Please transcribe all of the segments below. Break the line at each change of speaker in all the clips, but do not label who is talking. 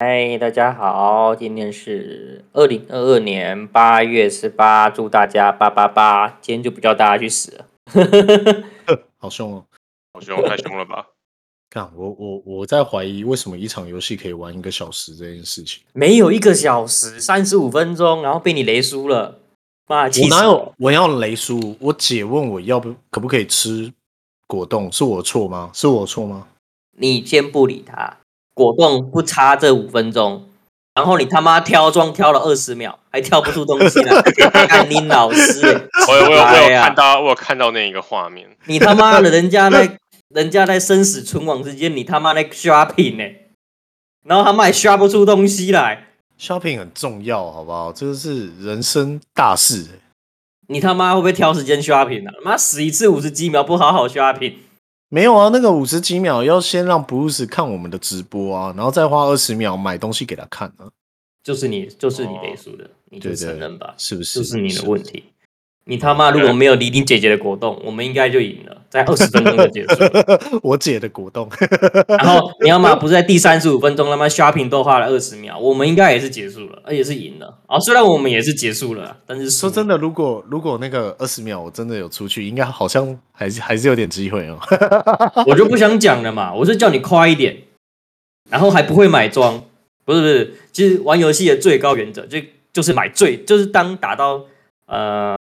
嗨，大家好，今天是二零二二年八月十八，祝大家八八八。今天就不叫大家去死了。
好凶哦！
好凶，太凶了 吧？
看我我我在怀疑为什么一场游戏可以玩一个小时这件事情。
没有一个小时，三十五分钟，然后被你雷输了，妈，气
我
死
哪
我
有我要雷叔？我姐问我要不可不可以吃果冻，是我错吗？是我错吗？
你先不理他，果冻不差这五分钟，然后你他妈挑装挑了二十秒，还挑不出东西来， 干你老师欸、
我有我有我
哎
有
呀
看到，我有看到那一个画面，
你他妈的，人家 在人家在生死存亡之间，你他妈在 shopping 呢、然后他妈也 shop 不出东西来，
shopping 很重要，好不好？这个是人生大事、欸
你他妈会不会挑时间 shopping 啊？妈死一次五十几秒不好好 shopping，
没有啊，那个五十几秒要先让 Bruce 看我们的直播啊，然后再花二十秒买东西给他看啊，
就是你就是你得输的，你就
哦对对
承认吧，
是不是？
这是你的问题。你他妈如果没有李玲姐姐的果 冻，我们应该就赢了，在二十分钟就结束了。
是 我姐的果冻，
然后你要么不是在第三十五分钟他妈 shopping 都花了二十秒，我们应该也是结束了，而且是赢了。啊、虽然我们也是结束了，啊但是
说真
的。
的，如果如果那个二十秒我真的有出去，应该好像还是还是有点机会哦。
我就不想讲了嘛，我是叫你快一点，然后还不会买装，不是不是，其实玩游戏的最高原则就就是买最，就是当打到呃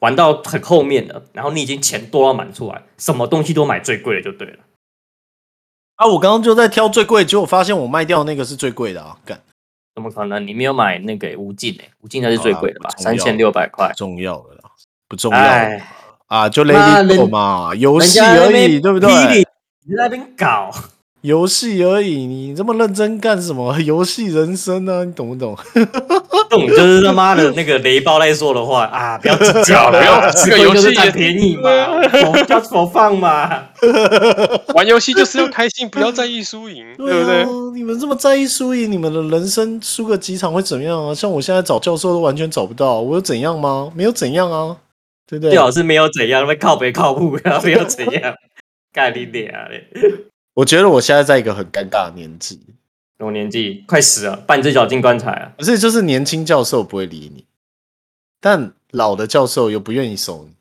玩到很后面了，然后你已经钱多到满出来，什么东西都买最贵的就对了。
啊，我刚刚就在挑最贵，结果发现我卖掉那个是最贵的啊，干
怎么可能？你没有买那个无尽诶、无尽才是最贵的吧？
好啦
三
不
千
重
六
要
百块
不。重要了啦，不重要了
哎，
啊，就
妈
Lady
人
Go 嘛，游
人
戏
家在
而
那边
已，对不
霹雳
对？
你在那边搞，
游戏而已，你这么认真干什么？ 游戏人生呢、你懂不懂？
这种就是他妈的那个雷暴在说的话啊！不要计 较了，
不要这个游戏
就是占便宜嘛，我要否放嘛。
玩游戏就是要开心，不要在意输
嗯
赢，对不
啊
对？，
你们这么在意输赢，你们的人生输个几场会怎么样啊？像我现在找教授都完全找不到，我有怎样吗？没有怎样啊，对不 对？
最好是没有怎样，会靠北靠谱，然后没有怎样， 干你俩嘞！
我觉得我现在在一个很尴尬的年纪，
我年纪快死了，半只脚进棺材啊！
不是就是年轻教授不会理你，但老的教授又不愿意收你。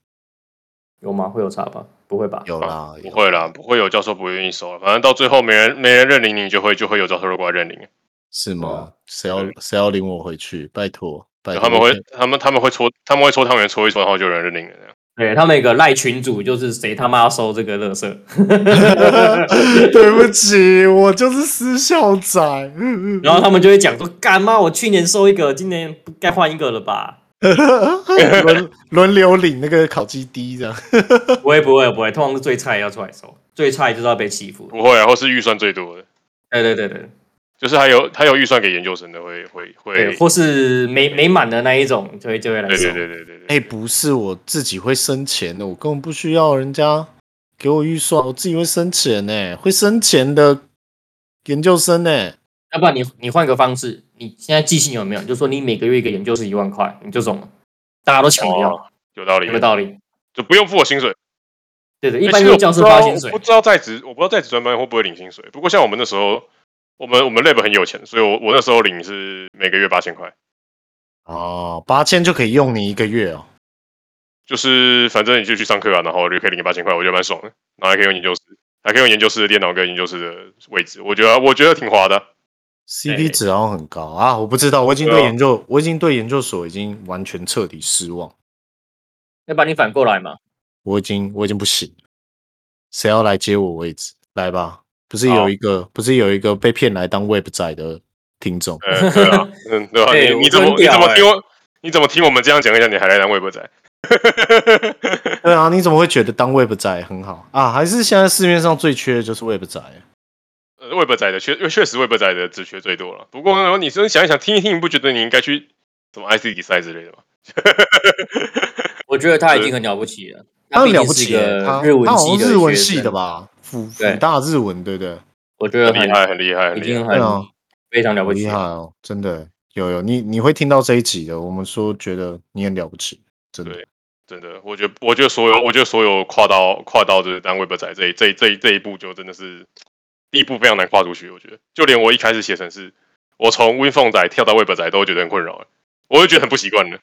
有吗？会有差吧？不会吧？
有啦，
啊不
有
会啦，不会有教授不愿意收，啊反正到最后没人没人认领你，就会就会有教授过来认领，啊
是
对
吗
啊？
谁要谁要领我回去？拜托，拜托。
他们会
我
他们他们会搓他们会搓汤圆搓一搓，然后就有人认领了这样。
对他们有个赖群主，就是谁他妈要收这个垃圾？
先 对不起，我就是私校仔。
然后他们就会讲说：“干妈，我去年收一个，今年不该换一个了吧
轮轮流领那个烤鸡滴这样。？”
不会，不会，不会，通常是最菜要出来收，最菜就是要被欺负。
不会啊，或是预算最多的，
对对对对
就是还有还有预算给研究生的会会
对，
会，
或是没没满的那一种，就会就会来
对
收
对。对对对对。
哎、不是我自己会生钱的，我根本不需要人家给我预算，我自己会生钱呢、会生钱的研究生呢、
要不然你你换个方式，你现在记性有没有？你就说你每个月一个研究是一万块，你就中了，大家都抢着要，
哦有道理，
有没有道理？
就不用付我薪水。
对对，
欸
一般
其
都是
实我
教
不
授
知
发
道
薪水
我不，知道在职，我不知道在职专班会不会领薪水。不过像我们那时候，我们我们 lab 很有钱，所以我我那时候领是每个月八千块，
哦，八千就可以用你一个月哦。
就是反正你就去上课啊，然后就可以领八千块，我觉得蛮爽的。然后还可以用研究室，还可以用研究室的电脑跟研究室的位置，我觉得我觉得挺划的。
CP 值好像很高、啊！我不知道，我已经对
对啊
研究，我已经对研究所已经完全彻底失望，
要不然你反过来嘛。
我已经我已经不行了。谁要来接我位置？来吧，不是有
好
一个，不是有一个被骗来当 Web 仔的听 众？
呃，对啊，嗯，对啊，
对
你
我
你怎么
真
你
屌
怎么
欸
听我你怎么听我们这样讲一下，你还来当微博仔？
对啊，你怎么会觉得当 Web 仔很好啊？还是现在市面上最缺的就是 Web 仔？
呃魏博仔的确确实魏博仔的只缺最多了。不过呢你真想一想，听一听，你不觉得你应该去什么 IC 比赛之类的吗？
我觉得他已经很了不起了，
他
毕
很了
竟
不
是一
起
个
耶，他
日文
他好
系
像
的
日文
学
系的
生？
吧，辅辅
对
大日文，对不对？
我觉得
很
啊很
厉害，很厉害，很
已
厉害
经。
对
很
啊，
非常了
好
不起
厉害
了。
哦，真的有有你你会听到这一集的，我们说觉得你很了不起，真的
对真的，我觉得，我觉得所有，我觉得所有跨到跨到就是当 Web 仔这一这一这一这一步，就真的是第一步非常难跨出去。我觉得，就连我一开始写程式，我从 WinPhone 仔跳到 Web 仔都觉得很困扰，我就觉得很不习惯了，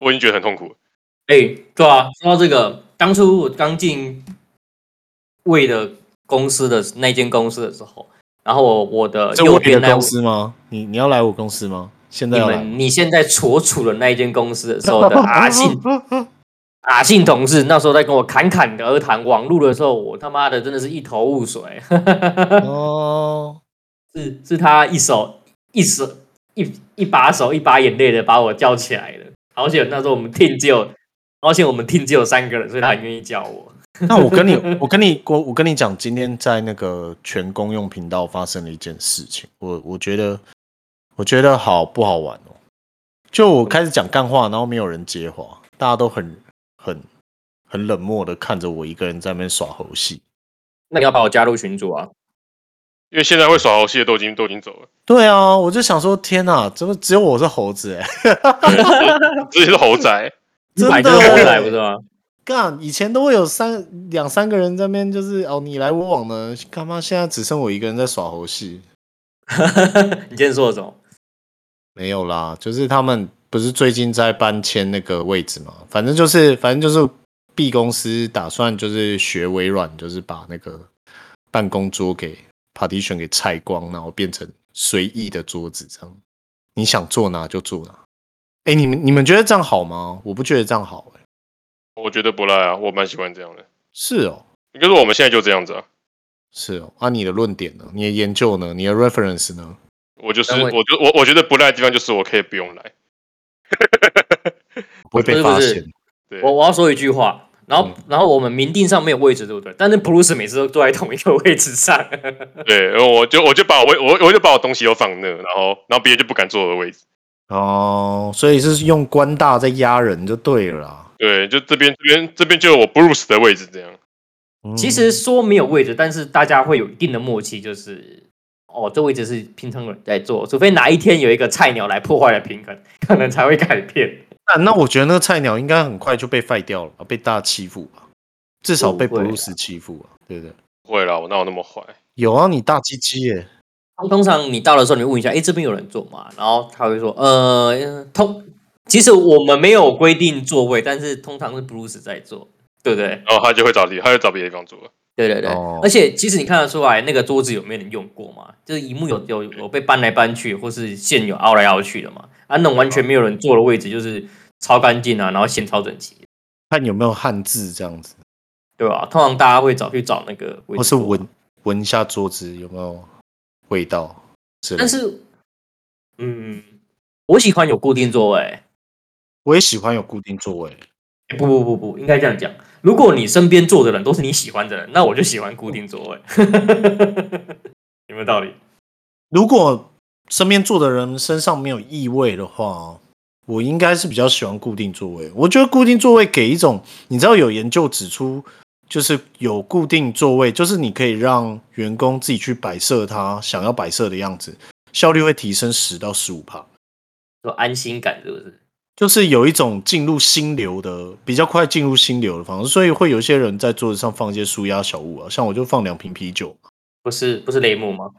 我已经觉得很痛苦了。
哎、对啊，说到这个，当初我刚进魏的公司的那间公司的时候，然后我我的
这
右
我
边
你的
那
公司吗？你你要来我公司吗？现在
你
要来吗？
们你现在所处的那一间公司的时候 的阿信阿信同事，那时候在跟我侃侃而谈网路的时候，我他妈的真的是一头雾水，
哦，
是是他一手一手一一把手一把眼泪的把我叫起来的，而且那时候我们 team 只有，而且我们 team 只有三个人，所以他很愿意叫我。
那我跟你我跟你我我跟你讲，今天在那个全公用频道发生了一件事情，我我觉得我觉得好不好玩哦？就我开始讲干话，然后没有人接话，大家都很很很冷漠的看着我一个人在那边耍猴戏。
那你要把我加入群组啊？
因为现在会耍游戏的都已经都已经走了，
对啊，我就想说，天哪，怎么只有我是猴子、欸？
这些是猴仔，
你
真
摆
的
这个活
欸
来不是吗？
干，以前都会有三两三个人在那边，就是哦你来我往的，干嘛？现在只剩我一个人在耍猴戏。
你今天说的什么？
没有啦，就是他们不是最近在搬迁那个位置嘛，反正就是反正就是 B 公司打算就是学微软，就是把那个办公桌给 partition 给拆光，然后变成随意的桌子这样，你想坐哪就坐哪。哎，你们你们觉得这样好吗？我不觉得这样好、欸，
我觉得不赖啊，我蛮喜欢这样的。
是哦，
你就说我们现在就这样子啊，
是哦。啊，你的论点呢？你的研究呢？你的 reference 呢？
我就是，
但
我
我
就我我觉得不赖的地方就是我可以不用来。
不会被
不是
发
不是
现。
对，
我我要说一句话，然后、然后我们明定上没有位置，对不对？但是 Bruce 每次都坐在同一个位置上，
对，然后我就我就把我我我就把我东西都放那，然后然后别人就不敢坐我的位置。
哦，所以是用官大在压人就对了啦。
对，就这边这边这边就有我 Bruce 的位置这样。
嗯
其实说没有位置，但是大家会有一定的默契，就是哦，这位置是平常人在坐，除非哪一天有一个菜鸟来破坏了平衡， 可能才会改变。
那那我觉得那个菜鸟应该很快就被废掉了吧，被大家欺负吧，至少被
不会啦
Bruce 欺负啊，对不对？
不会啦，我哪有那么坏？
有啊，你大鸡鸡耶，
通通常你到的时候，你问一下，哎，这边有人坐吗？然后他会说，呃，通，其实我们没有规定座位，但是通常是 Bruce 在坐，对不对？
然后他就会找地，他就找别的地方坐。
对对对，
哦
而且其实你看得出来那个桌子有没有人用过嘛？就是荧幕有有有被搬来搬去，或是线有凹来凹去的嘛？啊，那种完全没有人坐的位置，就是超干净啊，然后线超整齐，
看有没有汉字这样子，
对吧？通常大家会找去找那个位
或
置
是
坐，
闻闻一下桌子有没有味道之类的
但是，嗯，我喜欢有固定座位。
我也喜欢有固定座位，
诶不不不不，应该这样讲。如果你身边坐的人都是你喜欢的人，那我就喜欢固定座位， 有没有道理？
如果身边坐的人身上没有异味的话，我应该是比较喜欢固定座位。我觉得固定座位给一种，你知道有研究指出，就是有固定座位，就是你可以让员工自己去摆设他想要摆设的样子，效率会提升十到十五帕。
说安心感是不是？
就是有一种进入心流的，比较快进入心流的方式，所以会有一些人在桌子上放一些舒压小物啊，像我就放两瓶啤酒，
不是不是雷姆吗？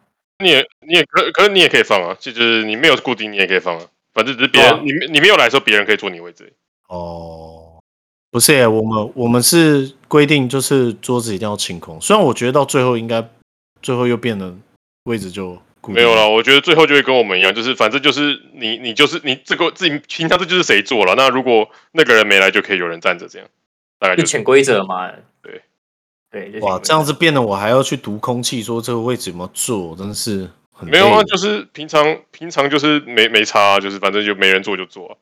你也你也可可是你也可以放啊，就就是你没有固定，你也可以放啊。反正只是别人、
对啊
你没你没有来的时候，别人可以坐你位置。
哦，不是耶，我们我们是规定就是桌子一定要清空，虽然我觉得到最后应该最后又变得位置就固定
没有啦，，我觉得最后就会跟我们一样，就是反正就是你你就是你这个自己平常这就是谁做了。那如果那个人没来，就可以有人站着这样，大概
就
就
潜规则嘛。
对
对，就
哇，
潜规则
这样子变得我还要去读空气，说这个位置有没有坐，真的是很
没有啊，
累
就是平常平常就是没没差、啊，就是反正就没人做就做、啊。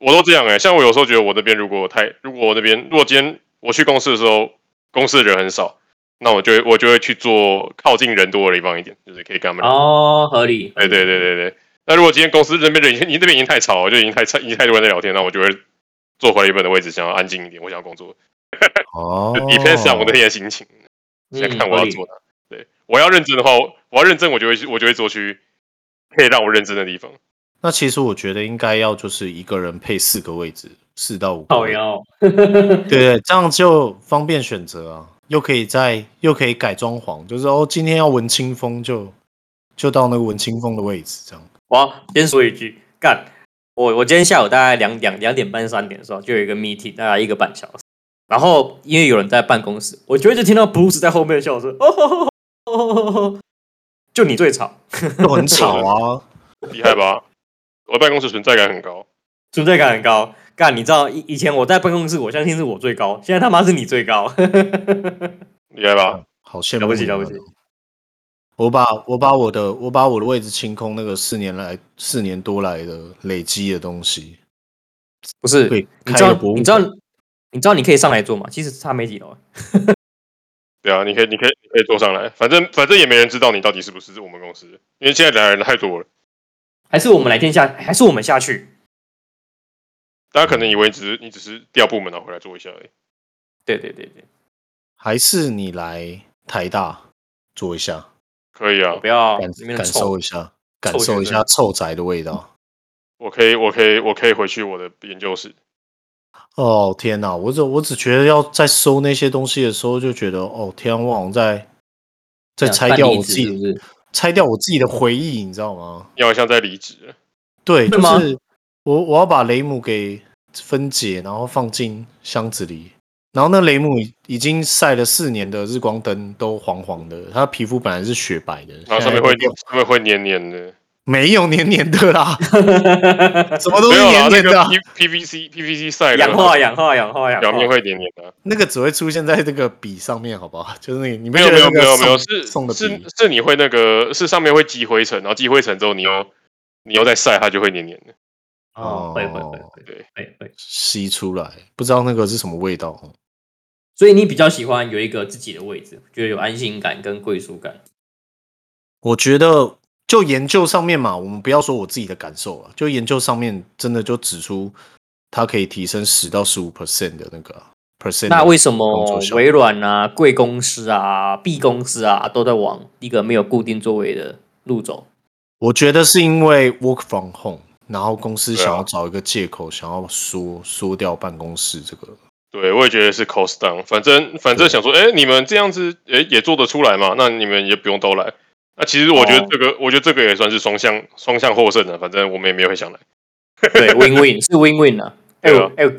我都这样哎、像我有时候觉得我那边如果太，如果我那边如果今天我去公司的时候，公司的人很少，那我就会我就会去做靠近人多的地方一点，就是可以跟他们聊。哎
哦，合理。
对对对对对。那如果今天公司那边人已经那边已经太吵了，就已经太已经太多人在聊天，那我就会坐回原本的位置，想要安静一点，我想要工作。
哦
就 depends on 我那天心情，先看我要
嗯合理
做哪。对，我要认真的话，我我要认真，我就会去我就会做去可以让我认真的地方。
那其实我觉得应该要就是一个人配四个位置，四到五个
靠
位置。
腰，
对对，这样就方便选择啊，又可以在又可以改装潢，就是哦，今天要文青风就就到那个文青风的位置，这样。
我要先说一句，干，我我今天下午大概两两两点半三点的时候就有一个 meeting，大概一个半小时。然后因为有人在办公室，我就一直听到 Bruce 在后面笑声，哦吼吼吼哦吼吼吼，就你最吵，
就很吵啊。
厉害吧？我的办公室存在感很高，
存在感很高。干，你知道以以前我在办公室，我相信是我最高，现在他妈是你最高。
厉害
嗯
吧？
好羡慕！
了
啊
不起了不起！
我把我把我的我把我的位置清空，那个四年来四年多来的累积的东西，
不是，
对，
你
开
知道
个博物
你知道
馆
你知道你可以上来坐吗？其实差没几楼。
对啊，你可以，你可以，你可以坐上来，反正反正也没人知道你到底是不是我们公司，因为现在来的人太多了，
还是我们来天下，还是我们下去？
大家可能以为只是你只是调部门然后回来做一下而已。
对对对对，
还是你来台大做一下，
可以啊
不，要
感
哦那边
感
臭
受一下，感
臭
受一
学
下臭宅的味道。
我可以，我可以，我可以回去我的研究室。
哦天哪，我只我只觉得要在收那些东西的时候，就觉得哦天啊，我好像在在
啊
拆掉我自
是不
己，
是？
拆掉我自己的回忆，你知道吗？
你好像在离职了，
对，就
会吗
是我我要把雷姆给分解，然后放进箱子里。然后那雷姆已已经晒了四年的日光灯都黄黄的，他皮肤本来是雪白的，
然后上
现在
哎
面会
都变
上面会黏黏的，
没有黏黏的啦，什么都
没
是
有
黏，
啦那
黏
个
的啊、
P P V C P V C 晒
氧化
了，
氧化氧化氧化，
表面会黏黏的啊。
那个只会出现在这个笔上面，好不好？就是那个你
没
没
有没有没有没
送
有，是
送的
是
笔，
是你会那个是上面会积灰尘，然后积灰尘之后你又你又再晒，它就会黏黏的。
哦，会会会
哦
会会会。
吸出来，不知道那个是什么味道。哦
所以你比较喜欢有一个自己的位置，觉得有安心感跟归属感。
我觉得就研究上面嘛，我们不要说我自己的感受了，就研究上面真的就指出它可以提升十到十五 percent 的那个 percent。
那为什么
工作效率
微软啊、贵公司啊、B 公司啊都在往一个没有固定座位的路走？
我觉得是因为 work from home，然后公司
对啊
想要找一个借口，想要缩缩掉办公室这个。
对，我也觉得是 cost down。反正反正想说，哎，你们这样子，哎，也做得出来嘛？那你们也不用都来。那其实我
哦
觉得这个，我觉得这个也算是双向双向获胜的。反正我们也没有很想来，
对，win win 是 win win 啊。哎
对
呦
啊
哎呦，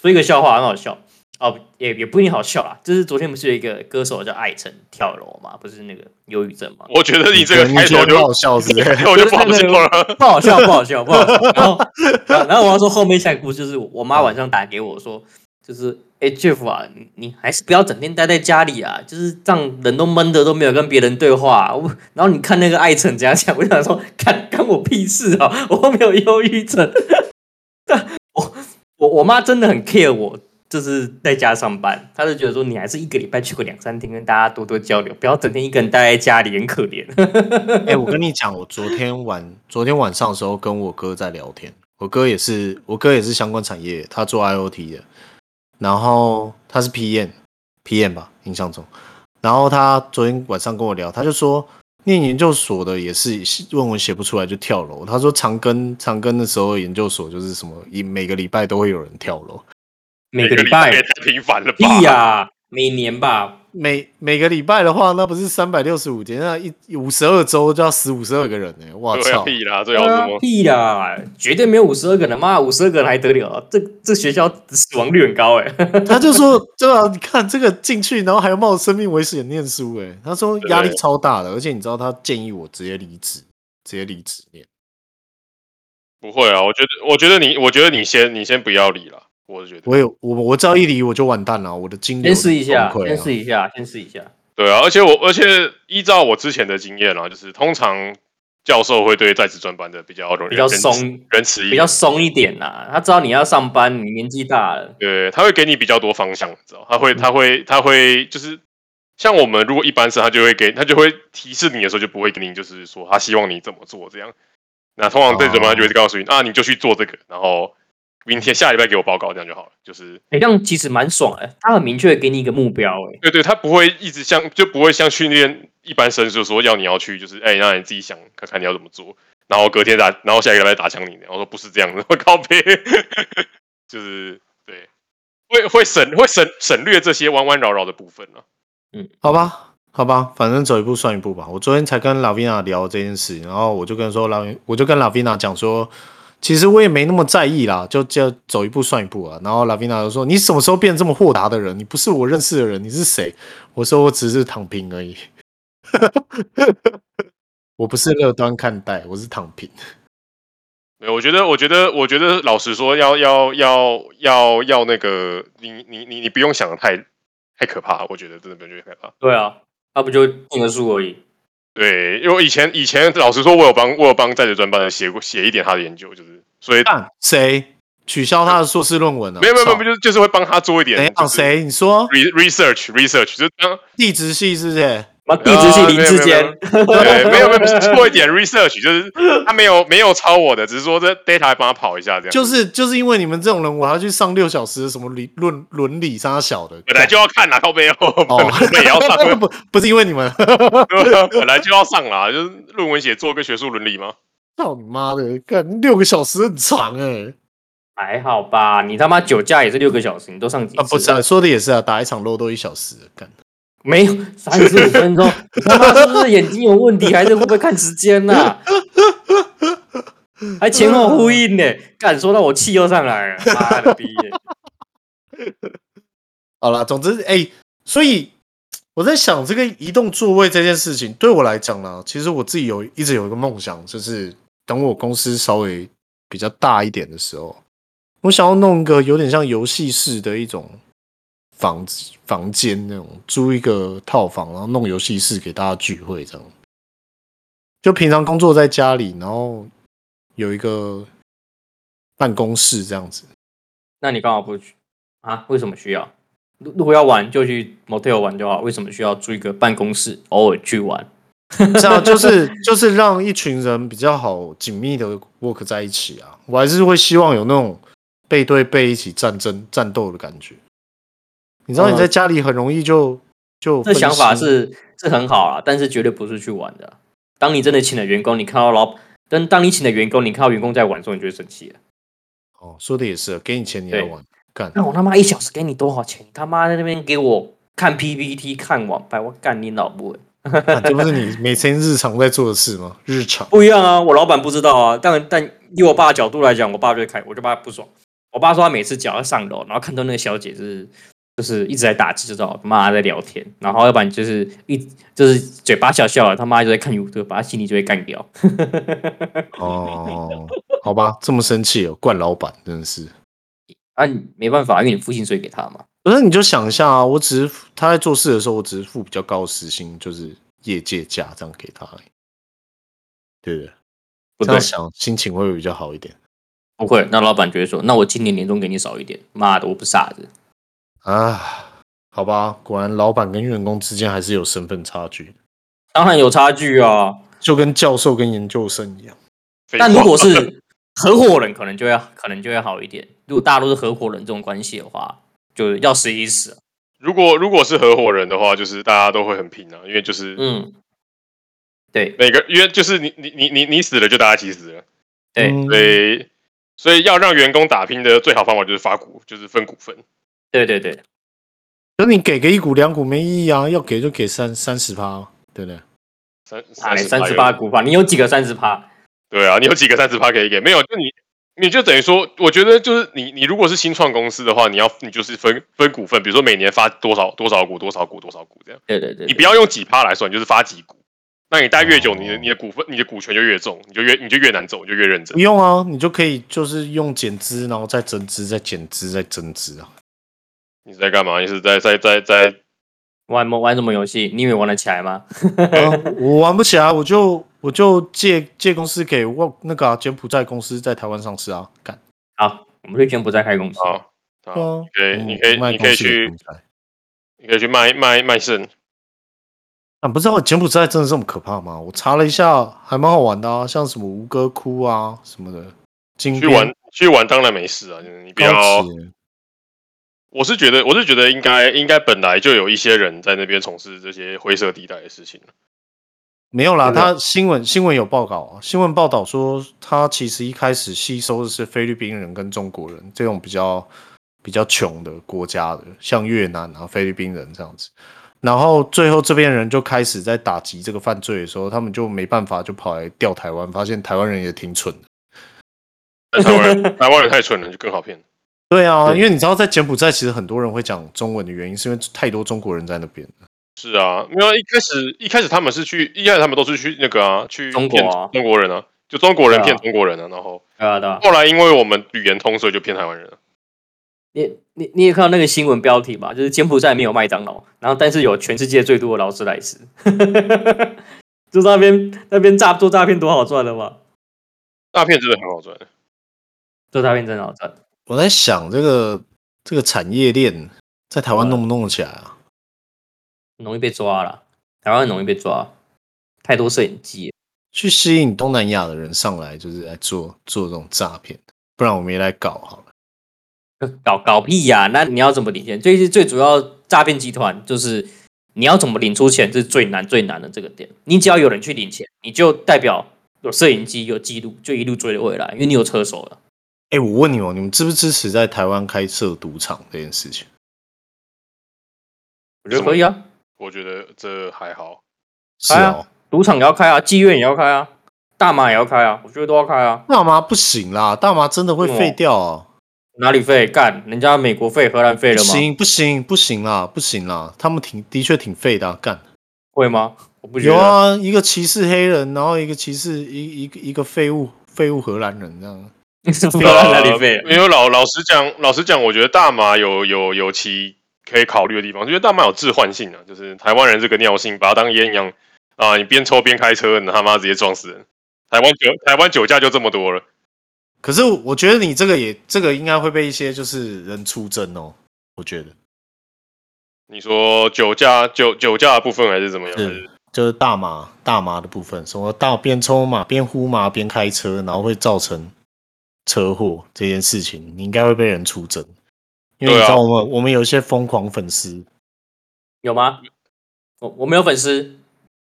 说一个笑话很好笑哦，也也不一定好笑啦。就是昨天不是有一个歌手叫艾辰跳楼嘛，不是那个忧郁症嘛？
我觉得你这个
你
开
觉
头
得
就
很好笑是不
开
是？
头就不好笑了。
不好笑，不好笑，不好笑。然后，然后然后我要说后面下一个故事就是我妈晚上打给我说，就是哎、Jeff 啊，你你还是不要整天待在家里啊，就是让人都闷的都没有跟别人对话、我然后你看那个艾辰怎样讲，我就想说，干干我屁事啊，我没有忧郁症。 但我我我妈真的很 care 我。就是在家上班，她就觉得说你还是一个礼拜去个两三天，跟大家多多交流，不要整天一个人待在家里，很可怜。
哎、我跟你讲，我昨天晚昨天晚上的时候跟我哥在聊天，我哥也是我哥也是相关产业，他做 IOT 的，然后他是 PM PM 吧，印象中，然后他昨天晚上跟我聊，他就说念研究所的也是论文写不出来就跳楼，他说长庚长庚的时候研究所就是什么，一每个礼拜都会有人跳楼，
每
每
个
个
礼
礼
拜
拜也太频繁了吧？
屁呀、 每年吧，
每每个礼拜的话，那不是三百六十五天，那一五十二周就要死五十二个人呢、我
对啊，
操！
屁啦，这要什么？
屁呀，绝对没有五十二个人，妈五十二个人还得了啊？这这学校死亡率很高 哎、
他就说：“对啊，你看这个进去，然后还要冒生命危险念书、欸，他说压力超大的，而且你知道他建议我直接离职，直接离职念。
不会啊，我觉得，我觉得你，我觉得你先，你先不要理了。我是觉得，
我有我我只要一离我就完蛋了，我的经历
先试一下，先试
啊。
一下，先试一下。
对啊，而且我，而且依照我之前的经验啊，就是通常教授会对在职专班的比较容易
比较
仁
松
仁慈一
比
点
较，松一点啦、他知道你要上班，你年纪大了，
对，他会给你比较多方向，你知道？他会，他会，他会，就是像我们如果一般是，他就会给他就会提示你的时候，就不会给你就是说他希望你怎么做这样。那通
哦
常这种他就会告诉你、啊，你就去做这个，然后明天下礼拜给我报告，这样就好了。就是
哎、这样其实蛮爽的，他很明确地给你一个目标、哎，
对对，他不会一直像就不会像训练一般生就说要你要去，就是哎、让你自己想看看你要怎么做，然后隔天打，然后下一个礼拜打枪你，然后说不是这样的，我靠别， 就是对，会会省会省省略这些弯弯绕绕的部分了、啊
好吧，好吧，反正走一步算一步吧。我昨天才跟拉维娜聊这件事，然后我就跟说拉，我就跟拉维娜讲说，其实我也没那么在意啦，就就走一步算一步啊。然后拉维娜就说：“你什么时候变这么豁达的人？你不是我认识的人，你是谁？”我说：“我只是躺平而已， 我不是乐观看待，我是躺平。
没有，我觉得，我觉得，我觉得，老实说要，要要要要那个，你你你你不用想的太太可怕，我觉得真的不用觉得害怕。
对啊，他不就定个数而已。
对，因为以前以前老实说，我有帮我有帮在职专班的写过写一点他的研究，就是所以”
看谁取消他的硕士论文了、啊？
没有没有没有，
操
就是就是会帮他做一点
怎样？
就是
谁？你说
re- research research 就是当
地质系是不是？
妈，地址
啊
是林志坚，
对没有没有不是做一点 research，就是他没有没有抄我的，只是说这 data 还帮他跑一下这样，
就是就是因为你们这种人，我还要去上六小时的什么理论伦理啥小的，
本来就要看啦，靠背哦，
哦
本来也要上，
不不是因为你们，
对啊本来就要上啦，就是论文写作跟学术伦理吗？
操你妈的，干六个小时很长哎、
还好吧？你他妈酒驾也是六个小时，你都上几次？
啊不是啊，说的也是啊，打一场肉都一小时，干
没有三十五分钟，你他妈是不是眼睛有问题，还是会不会看时间呐、还前后呼应呢、干说到我气又上来了，妈的逼、
好啦，总之哎、所以我在想这个移动座位这件事情，对我来讲呢，其实我自己有一直有一个梦想，就是等我公司稍微比较大一点的时候，我想要弄个有点像游戏室的一种房子房间那种，租一个套房，然后弄游戏室给大家聚会这样。就平常工作在家里，然后有一个办公室这样子。
那你干嘛不去啊？为什么需要？如如果要玩就去 motel 玩就好，为什么需要租一个办公室偶尔去玩？
这样 就是就是让一群人比较好紧密的 work 在一起啊。我还是会希望有那种背对背一起战争战斗的感觉。你知道你在家里很容易就就
嗯这
分
想法
心
是是很好啊，但是绝对不是去玩的啊。当你真的请了员工，你看到老，但当你请了员工，你看到员工在玩的时候，你就会生气了。
哦，说的也是，给你钱你来
对
玩，干
那我他妈一小时给你多少钱？你他妈在那边给我看 PPT 看网拍，我干你老母欸！
干这不是你每天日常在做的事吗？日常
不一样啊，我老板不知道啊。但但以我爸的角度来讲，我爸就会开，我就爸不爽。我爸说他每次只要上楼，然后看到那个小姐就是就是一直在打字，就知道他妈在聊天，然后要不然就是一就是嘴巴笑笑的，他妈就在看 YouTube，把他心里就会干掉。
哦，好吧，这么生气哦，惯老板真的是。
啊，你没办法，因为你付薪水给他嘛。
可是你就想一下啊，我只是付他在做事的时候，我只是付比较高的时薪，就是业界价这样给他而已，对不对？
不
这
对
样，想心情会不会比较好一点
不会。那老板就会说，那我今年年终给你少一点。妈的，我不傻子。
啊？好吧，果然老板跟员工之间还是有身份差距，
当然有差距啊。
就跟教授跟研究生一样。
废
但
话
如果 是合伙人，可能就要可能就会好一点。如果大家都是合伙人这种关系的话，就是要死一啊死。
如果如果是合伙人的话，就是大家都会很拼啊，因为就是
嗯，对
每个，因为就是你你你你你死了就大家一起死了，
对
嗯
所以所以要让员工打拼的最好方法就是发股，就是分股份。
对对对，
可是你给个一股两股没意义啊，要给就给三三十趴，对不对？
三
啊，
十
三十八股法，你有几个三十趴？
对啊，你有几个三十趴可以给？没有，就你，你就等于说，我觉得就是你，你如果是新创公司的话，你要你就是分分股份，比如说每年发多少多少股、多少股、多少股这样，
对对对，
你不要用几趴来算，你就是发几股。那你待越久，
哦
你的你的股份、你的股权就越重，你就越你就越难走，你就越认真
不。用啊，你就可以就是用减资，然后再增资，再减资，再增资 啊。
你是在干嘛？你是在在在在
玩玩什么游戏？你以为玩得起来吗？
啊我玩不起来，我就我就借借公司给我那个啊、柬埔寨公司在台湾上市啊，干
好，我们就全不再开公司。
啊？
对
啊
啊，
对，
嗯
你可以
卖
你
公
可以
司给
去
柬埔寨
你可以去卖卖卖肾，
啊，不知道柬埔寨真的这么可怕吗？我查了一下，还蛮好玩的啊，像什么吴哥窟啊什么的，金
去玩去玩当然没事啊，就是你不
边
要
高。级
我是觉得，我是觉得应该应该本来就有一些人在那边从事这些灰色地带的事情。
没有啦，
对啊
他新闻新闻有报道啊，新闻报道说他其实一开始吸收的是菲律宾人跟中国人这种比较比较穷的国家的，像越南啊、菲律宾人这样子。然后最后这边人就开始在打击这个犯罪的时候，他们就没办法，就跑来调台湾，发现台湾人也挺蠢的。
但台湾人台湾人太蠢了，就更好骗。
对啊，因为你知道，在柬埔寨其实很多人会讲中文的原因，是因为太多中国人在那边。
是啊，没有啊一开始一开始他们是去，一开始他们都是去那个啊，去
中国
骗
啊
中国人啊，就中国人
对啊
骗中国人啊，然后
对啊对啊，
后来因为我们语言通，所以就骗台湾人了。
你你你也看到那个新闻标题吧？就是柬埔寨没有麦当劳，然后但是有全世界最多的劳斯莱斯， 就那边那边诈做诈骗多好赚的吧？
诈骗真的很好赚，
做诈骗真的好赚，
我在想，这个这个产业链在台湾
嗯
弄不弄得起来啊？
很容易被抓了，台湾很容易被抓，太多摄影机了。
去吸引东南亚的人上来，就是来做做这种诈骗，不然我们也来搞好了。
搞搞屁呀、那你要怎么领钱？最最主要诈骗集团就是你要怎么领出钱是最难最难的这个点。你只要有人去领钱，你就代表有摄影机有记录，就一路追回来，因为你有车手了。
哎、我问你哦，你们支不支持在台湾开设赌场这件事情？
我觉得
可以啊，
我觉得这还好。
是
哎呀
哦，
赌场也要开啊，妓院也要开啊，大麻也要开啊，我觉得都要开啊。
大麻不行啦，大麻真的会废掉啊！
哪里废干？人家美国废、荷兰废
不
了吗？
行不行不行啦，不行啦，他们挺的确挺废的、啊，干
会吗？我不觉得。
有啊，一个歧视黑人，然后一个歧视一一个一个废物废物荷兰人这样。
荷兰哪里废
呃？因为老老实讲，老实讲，我觉得大麻有有有其可以考虑的地方，因为大麻有致幻性啊，就是台湾人这个尿性，把它当烟一样啊、你边抽边开车，你他妈直接撞死人。台湾酒台湾酒驾就这么多了，
可是我觉得你这个也这个应该会被一些就是人出征哦，我觉得
你说酒驾酒酒驾的部分还是怎么样？还
是
是
就是大麻大麻的部分，什么大边抽嘛边呼嘛边开车，然后会造成车祸这件事情，你应该会被人出征，因为你
对啊
知道我们、我们有一些疯狂粉丝，
有吗？我我没有粉丝，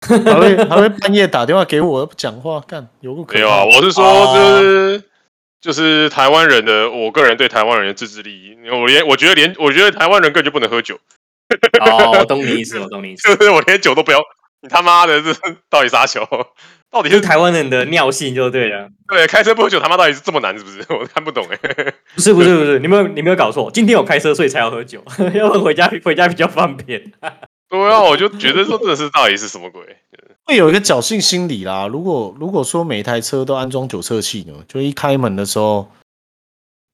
还会还会半夜打电话给我不讲话，干有个可哦
没有啊，
怕
我是说，就是、就是台湾人的，我个人对台湾人的自制力，我连我觉得连我觉得台湾人根本就不能喝酒，
哦， 我懂你意思，我懂你意思。
就是我连酒都不要，你他妈的这到底啥球？到底
就是是台湾人的尿性就对了。
对开车不喝酒他妈到底是这么难是不是？ 我看不懂哎、
不是不是不是，你没有你没有搞错，今天有开车所以才要喝酒， 要不然回家回家比较方便。
对啊，我就觉得说真的是到底是什么鬼？
会有一个侥幸心理啦。如果如果说每一台车都安装酒测器呢，就一开门的时候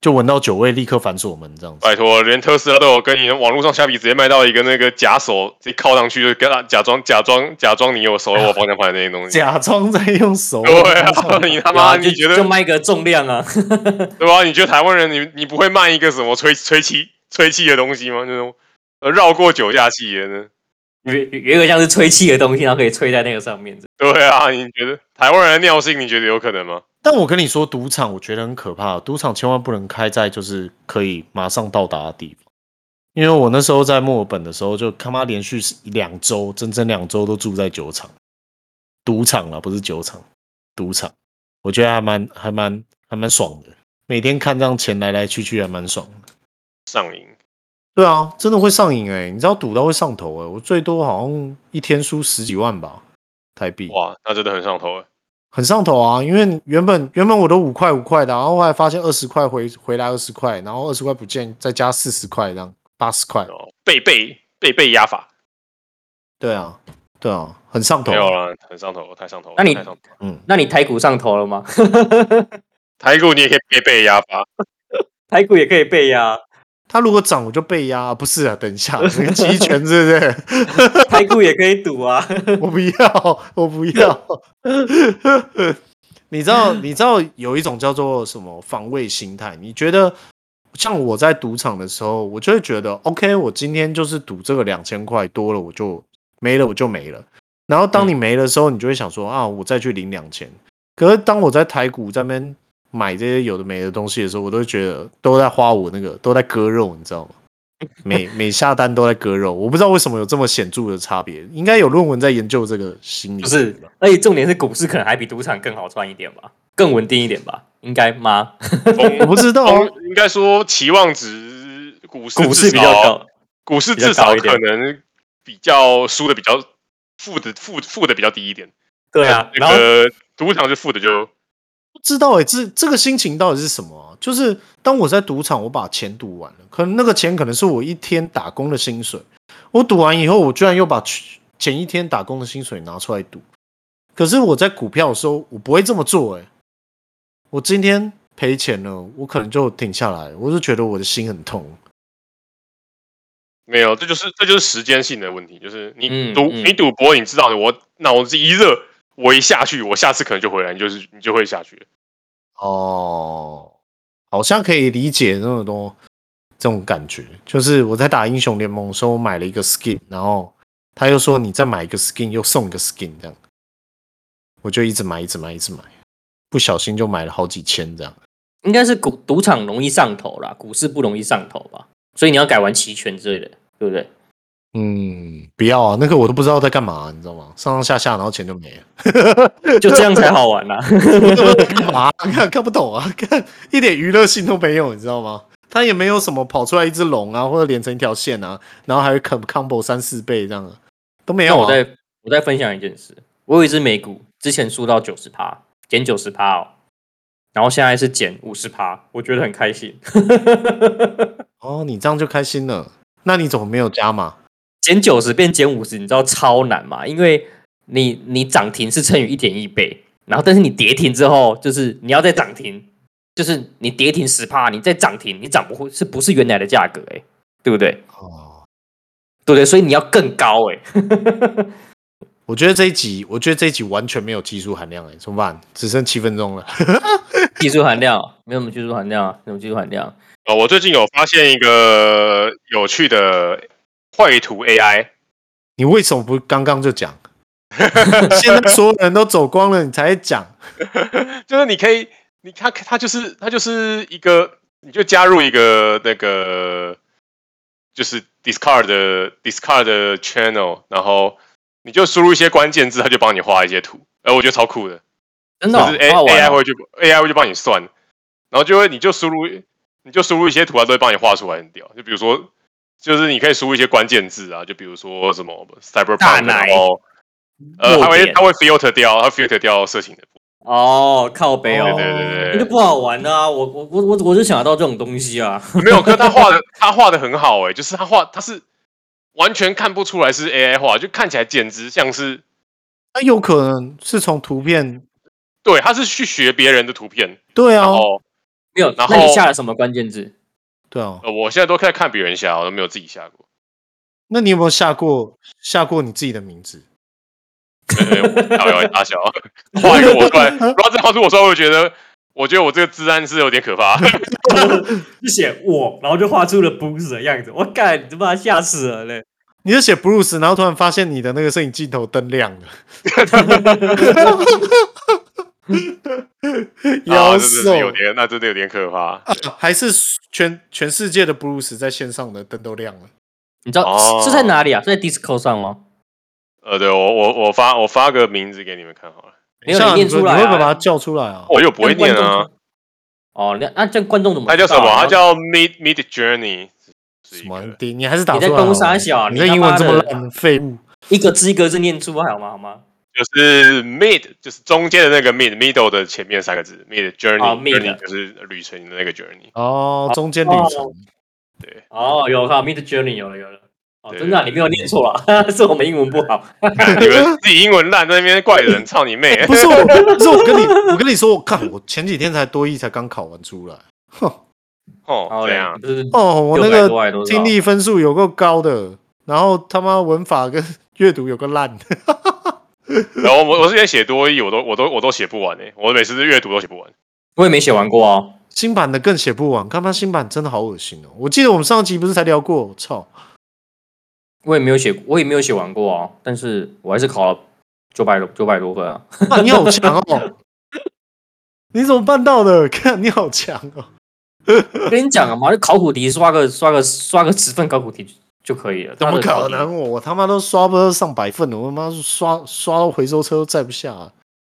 就闻到酒味，立刻反锁门这样子。
拜托，连特斯拉都有跟你网络上虾皮直接卖到一个那个假手，直接靠上去就跟他假装假装假装你 有手有我方向盘的那些东西。
假装在用手，
对 啊，你他妈
啊就
你觉得
就卖个重量啊？
对吧、你觉得台湾人你，你不会卖一个什么吹吹气吹气的东西吗？那种呃绕过酒驾气的呢？
有有一个像是吹气的东西，然后可以吹在那个上面。
对啊，你觉得台湾人的尿性，你觉得有可能吗？
但我跟你说，赌场我觉得很可怕，赌场千万不能开在就是可以马上到达的地方。因为我那时候在墨尔本的时候，就他妈连续两周，整整两周都住在酒厂、赌场啦，不是酒厂，赌场。我觉得还蛮、还蛮、还蛮爽的，每天看这样钱来来去去，还蛮爽的。
上瘾，
对啊，真的会上瘾哎、你知道赌到会上头哎、我最多好像一天输十几万吧，台币。
哇，那真的很上头欸
很上头啊，因为原本原本我都五块五块的，然后后来发现二十块回回来二十块，然后二十块不见，再加四十块，这样八十块。
哦！被被被被压法，
对啊，对啊，很上头
没。有啦，很上头，太上头了。
那你
太上头了
嗯，
那你台股上头了吗？
台股你也可以被被压法，
台股也可以啊被压，
它如果涨我就被压、不是啊，等一下，那个期权是不是？
台股也可以赌啊。
我不要，我不要。你 知道，你知道有一种叫做什么防卫心态？你觉得像我在赌场的时候，我就会觉得，OK，我今天就是赌这个两千块多了，我就没了，我就没了。然后当你没的时候，你就会想说啊，我再去领两千。可是当我在台股这边买这些有的没的东西的时候，我都觉得都在花我那个都在割肉，你 知道吗？每每下单都在割肉，我不知道为什么有这么显著的差别，应该有论文在研究这个心理
不
学吧。
是，而且重点是股市可能还比赌场更好赚一点吧，更稳定一点吧，应该吗？
我不 知道啊，
哦应该说期望值股市
股市
至
比较
少
高，
股市
比较
至少
高一点
可能比较输的比较负的负负的比较低一点。
对啊，
那
然后
个赌场就负的就
不知道哎、这这个心情到底是什么啊、就是当我在赌场，我把钱赌完了，可能那个钱可能是我一天打工的薪水，我赌完以后，我居然又把去前一天打工的薪水拿出来赌。可是我在股票的时候，我不会这么做哎、我今天赔钱了，我可能就停下来，我就觉得我的心很痛。
没有，这就是这就是时间性的问题，就是你
嗯
赌、
嗯
你赌博，你知道我脑子一热，我一下去，我下次可能就回来，你就是你就会下去了。
哦，好像可以理解那么多这种感觉。就是我在打英雄联盟的时候，我买了一个 skin，然后他又说你再买一个 skin，又送一个 skin，这样，我就一直买，一直买，一直买，不小心就买了好几千这样。
应该是股赌场容易上头啦，股市不容易上头吧，所以你要改玩期权之类的，对不对？
嗯，不要啊，那个我都不知道在干嘛、你知道吗？上上下下，然后钱就没了。
就这样才好玩啦、啊
干嘛？ 看看不懂啊，看一点娱乐性都没有，你知道吗？它也没有什么跑出来一只龙啊，或者连成一条线啊，然后还有 com- combo 三四倍这样的都没
那
有、
我
啊。
再我再分享一件事，我有一只美股，之前输到九十趴，减九十趴哦，然后现在是减五十趴，我觉得很开心，
哦，你这样就开心了。那你怎么没有加码？
减九十变减五十，你知道超难嘛？因为你你涨停是乘以一点一倍，然后但是你跌停之后，就是你要再涨停，就是你跌停十趴，你再涨停，你涨不回是不是原来的价格、欸？对不对？
哦，
对不对？所以你要更高哎、
我觉得这一集，我觉得这一集完全没有技术含量哎、怎么办？只剩七分钟了。
技术含量没有什么技术含量啊，没有什么技术含量。
哦，我最近有发现一个有趣的绘图 AI，
你为什么不刚刚就讲？ 现在所有人都走光了，你才讲。
就是你可以，你它它就是它就是一个，你就加入一个那个就是 Discard 的 Discard 的 channel，然后你就输入一些关键字，它就帮你画一些图，哎、我觉得超酷的，
真的、
就
哦
是 A
好好玩哦
AI 会去 AI 会去帮你算，然后就会你就输入你就输入一些图，啊它都会帮你画出来，很屌。就比如说，就是你可以输入一些关键字啊，就比如说什么 Cyberpunk，
奶
然后呃，它
弱
会
点
它会 filter 掉，它 filter 掉色情的部
哦，靠北哦，
分，对对对对，
那就不好玩啊！我我我我我是想得到这种东西啊，
没有，可是他画的他画的很好哎、就是他画他是完全看不出来是 AI 画，就看起来简直像是
那有可能是从图片，
对，他是去学别人的图片，
对啊
然，
哦
后
没有。
然后
那你下了什么关键字？
对啊。
呃，我现在都在看别人下，我都没有自己下过。
那你有没有下过下过你自己的名字？
对，我导游大小画一个我出来，如果再画出我出来，我就觉得我觉得我这个治安是有点 可怕。啊
就写我，然后就画出了 Bruce 的样子，我干，你他妈吓死人嘞！
你就写 Bruce，然后突然发现你的那个摄影镜头灯亮 了，
啊，
妖兽啊
真的是有点，那真的有点可怕。
还是全全世界的 Bruce 在线上的灯都亮了。
你知道、
哦
是在哪里啊？是在 Disco 上吗？
呃，对我我我发我发个名字给你们看好了，
没有
像
你念出来啊
你会不会把它叫出来啊？
我又不会念
那观众
啊
怎。哦，那那这样观众怎么
他
知道
叫
啊？
什么？他
然后
叫 Mid Mid Journey，是
什
一
么
个？
你你还是打
你
出
在
来好了啊
攻啥小啊
你
你
这
他
英文
妈
这么
的
烂，废物！
一个字一个字念出好吗？好吗？
就是 mid，就是中间的那个 mid，middle 的前面三个字，mid journey，journey、
哦，mid
journey 就是旅程的那个 journey。
哦，中间旅程
哦哦，有哈，Mid Journey 有了有了。哦，
对
真的啊、你没有念错啊，是我们英文不好。
你们自己英文烂，在那边怪人，操你 妹！
哎不是我，不是我跟你，我跟你说，我看我前几天才多一才刚考完出来，
哦，这
嘞
样
不是
哦，我那
600多
个
还多少
听力分数有够高的，然后他妈文法跟阅读有个烂 的。
然后我我之前写多一，我都我都我都写不完诶、我每次阅读都写不完。
我也没写完过哦。
新版的更写不完，干嘛新版真的好恶心哦！我记得我们上集不是才聊过，我操！
我也没有写，我也没有写完过啊，但是我还是考了九百九百多分啊，
哇，你好强 哦！你怎么办到的？看你好强哦！
我跟你讲啊嘛，就考古题刷个刷个刷个十份考古题就就可以了，
怎
他
么
的考
可
题
能？我我他妈都刷不到上百份了，我他妈刷刷到回收车都载不下、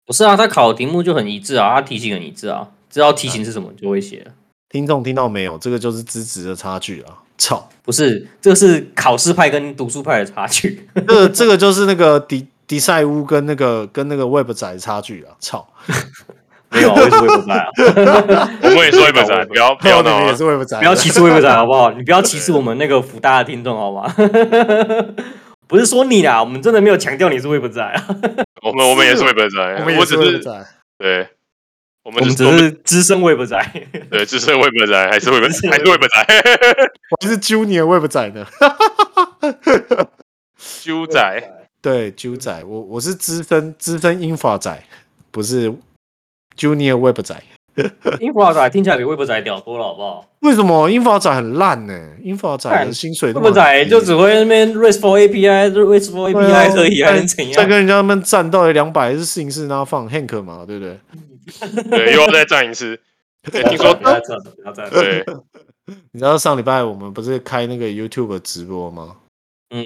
不是啊，他考的题目就很一致啊，他题型很一致啊，知道题型是什么就会写了。
听众听到没有？这个就是资质的差距啊！操，
不是，这是考试派跟读书派的差 距。
这 个这个就是那个迪迪赛乌跟那个跟那个 Web 仔的差距啊！操，
没有啊，我也是微博仔 啊，
我们也说一本仔，不要不要闹
你们也
啊！
是 Web 仔，
不要歧视微博仔好不好？你不要歧视我们那个福大的听众好 吗？不是说你啦，我们真的没有强调你是微博仔啊，
我哦们我们也是一本仔
我们，也
我
是
只
Web
是
仔。
对，我
我
们
们
只
只是资深微博仔。
对，只是未本仔，还 是未本，
只是
还是未本 仔，
我还是 Junior Web 仔呢。
修仔，
对，Ju 仔，我我是资深资深英法仔，不是 Junior Web 仔。
英华仔听起来比微博仔屌多了好不好？
为什么英法仔很烂呢、英法仔的薪水
微
那
博
么
仔
低
就只会那边 RESTful API，RESTful
对啊
API 而已，还能怎
再
样？
跟人家们站到两百是信誓拉放 Hank 嘛，对不对？
对，又要再战一次。 对，听说
不要这样，不要这样。
对，
你知道上礼拜我们不是开那个 YouTube 直播吗？
嗯，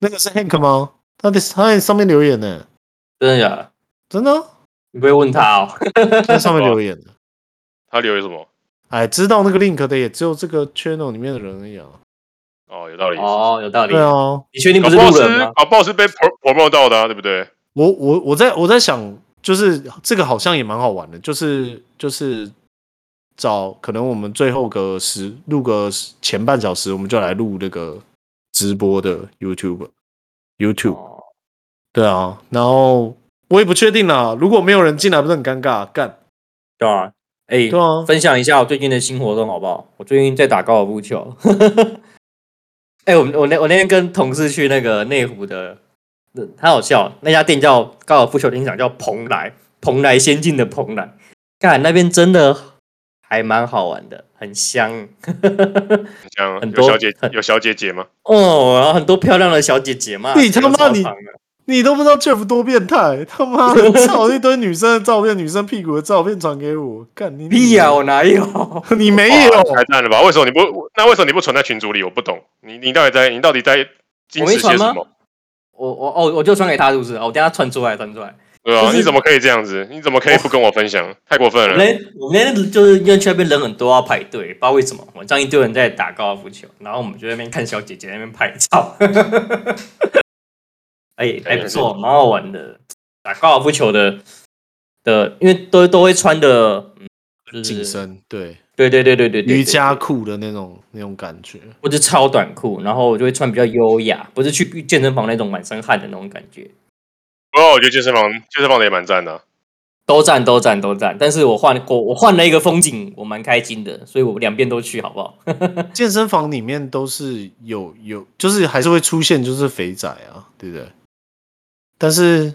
那个是 Hank 吗？他在他在上面留言呢、
真的假的？
真的啊、
你不会问他哦？
在上面留言的。
他留言什么？
哎，知道那个 link 的也只有这个 channel 里面的人而已啊。
哦，有道理。
哦，有道理。
对啊，
你确定
搞
不
不
是
好
路
是
人吗？
搞不好哦是被 pro promo 到的啊，对不对？
我我我在我在想，就是这个好像也蛮好玩的，
嗯
就是就是找可能我们最后个十录个十前半小时，我们就来录那个直播的 YouTube YouTube。
哦
对啊，然后我也不确定啦，如果没有人进来，不是很尴尬？干，
对啊，哎，
对啊，
分享一下我最近的新活动好不好？我最近在打高尔夫球。 哎、我们我那我那天跟同事去那个内湖的，嗯很好笑，那家店叫高尔夫球店场叫蓬莱，蓬莱仙境的蓬莱，看那边真的还蛮好玩的，很香。
像
很
有
多
小姐有小姐姐吗？
哦，然后很多漂亮的小姐姐嘛，
你他
整个
妈
操
你
场的
你都不知道 Jeff 多变态，他妈的照一堆女生的照片、女生屁股的照片传给我，干你
屁呀、我哦哪有？
你没有
哇哦太赞了吧？为什么你不？那为什么你不存在群组里？我不懂，你你到底在你到底在矜持些
我没
什
传
么？
我我哦，我就传给他是不是？哦，我等一下传出来，传出来。
对啊
就，是
你怎么可以这样子？你怎么可以不跟我分享？太过分
我
了！
们我们那天就是因为去那边人很多要排队，不知道为什么晚上一堆人在打高尔夫球，然后我们就在那边看小姐姐在那边拍照， 哎、还不错，蛮好玩的。打高尔夫球的的，因为都都会穿的，嗯，就是
紧，身，对，
对对对对对对，
瑜伽裤的那种那种感觉。
或者超短裤，然后我就会穿比较优雅，不是去健身房那种满身汗的那种感觉。
不过我觉得健身房健身房的也蛮赞的啊。
都赞都赞都赞，但是我换我我换了一个风景，我蛮开心的，所以我两边都去好不好？
健身房里面都是有有，就是还是会出现就是肥仔啊，对不对？但是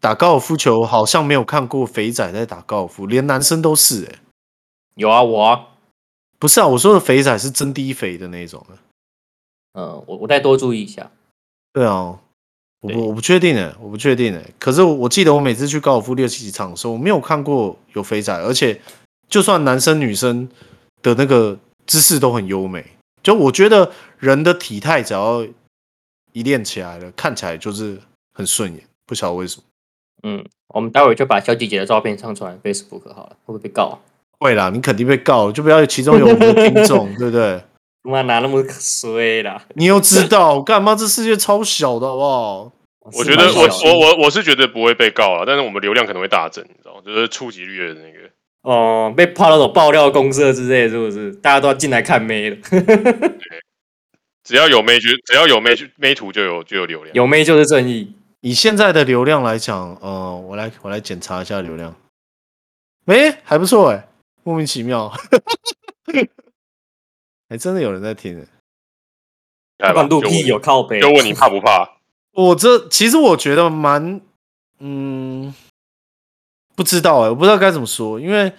打高尔夫球好像没有看过肥仔在打高尔夫，连男生都是哎、
有啊，我啊，
不是啊，我说的肥仔是真低肥的那种啊。
嗯，我我再多注意一下。
对啊，我
对
不我不确定哎、我不确定哎、可是我我记得我每次去高尔夫六七场的时候，我没有看过有肥仔，而且就算男生女生的那个姿势都很优美。就我觉得人的体态只要一练起来了，看起来就是很顺眼，不晓得为什么。
嗯，我们待会儿就把小姐姐的照片上传 Facebook 好了，会不会被告、啊？
会啦，你肯定被告，就不要其中有我们的听众，对不对？
他妈哪那么衰啦！
你又知道干嘛？这世界超小的好不好？
我觉得
是
我
蛮小的
我我我是觉得不会被告啊，但是我们流量可能会大增，你知道吗？就是触及率的那个。
哦、被泡那种爆料公社之类，是不是？大家都要进来看妹了，
只要有妹就只要有妹就妹图就有就有流量。
有妹就是正义。
以现在的流量来讲，呃，我来我来检查一下流量，诶、还不错诶、莫名其妙， 还、真的有人在听、欸。
厉害吧
乱录
就
屁
问
有靠背，
就问你怕不怕？
我这其实我觉得蛮，嗯，不知道诶、我不知道该怎么说，因为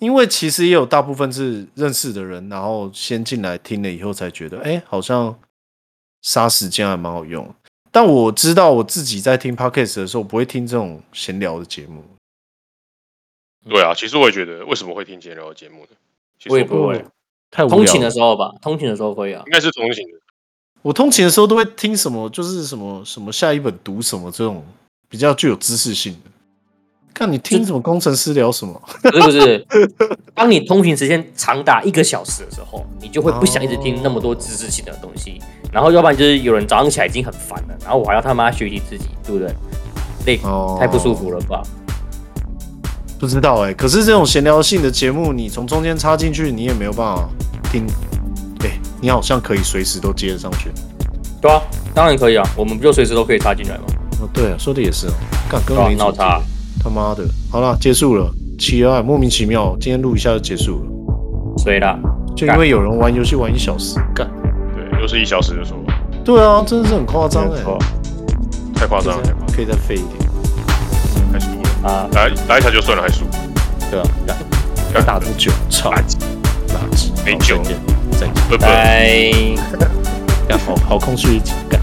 因为其实也有大部分是认识的人，然后先进来听了以后才觉得，诶、好像杀时间还蛮好用。但我知道我自己在听 podcast 的时候，不会听这种闲聊的节目。
对啊，其实我也觉得，为什么会听闲聊的节目呢？其实
嗯我也不会，
太无聊了
通勤的时候吧，通勤的时候会啊
应。该是同行的。
我通勤的时候都会听什么，就是什么什么下一本读什么这种比较具有知识性的。看你听什么工程师聊什么，
不是不是，当你通勤时间长达一个小时的时候，你就会不想一直听那么多知识性的东西，然后要不然就是有人早上起来已经很烦了，然后我还要他妈学习自己，对不对？累，
哦
太不舒服了吧？
不知道哎、可是这种闲聊性的节目，你从中间插进去，你也没有办法听。哎、你好像可以随时都接得上去。
对啊，当然可以啊，我们不就随时都可以插进来吗？
哦，对啊，说的也是哦，干根
对
本
啊
没，
闹
主题
叉。
他妈的，好了，结束了，奇怪，莫名其妙，今天录一下就结束了，
谁啦？
就因为有人玩游戏玩一小时，干，
对，又是一小时的说法，
对啊，真的是很夸张哎，
太夸张了，太夸
可以再废一点，
张了还输了，
啊，
来来一下就算了，还输，
对啊，干，打多久？操，
垃圾，
垃圾，
没
好
救
再见，再见，
不不，
拜。
干，好好空虚，干，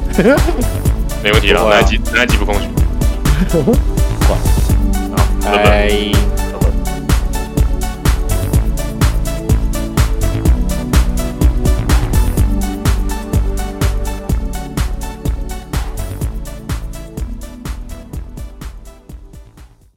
没问题 了，
不会啊
来几来几不空虚，好，拜拜。
拜。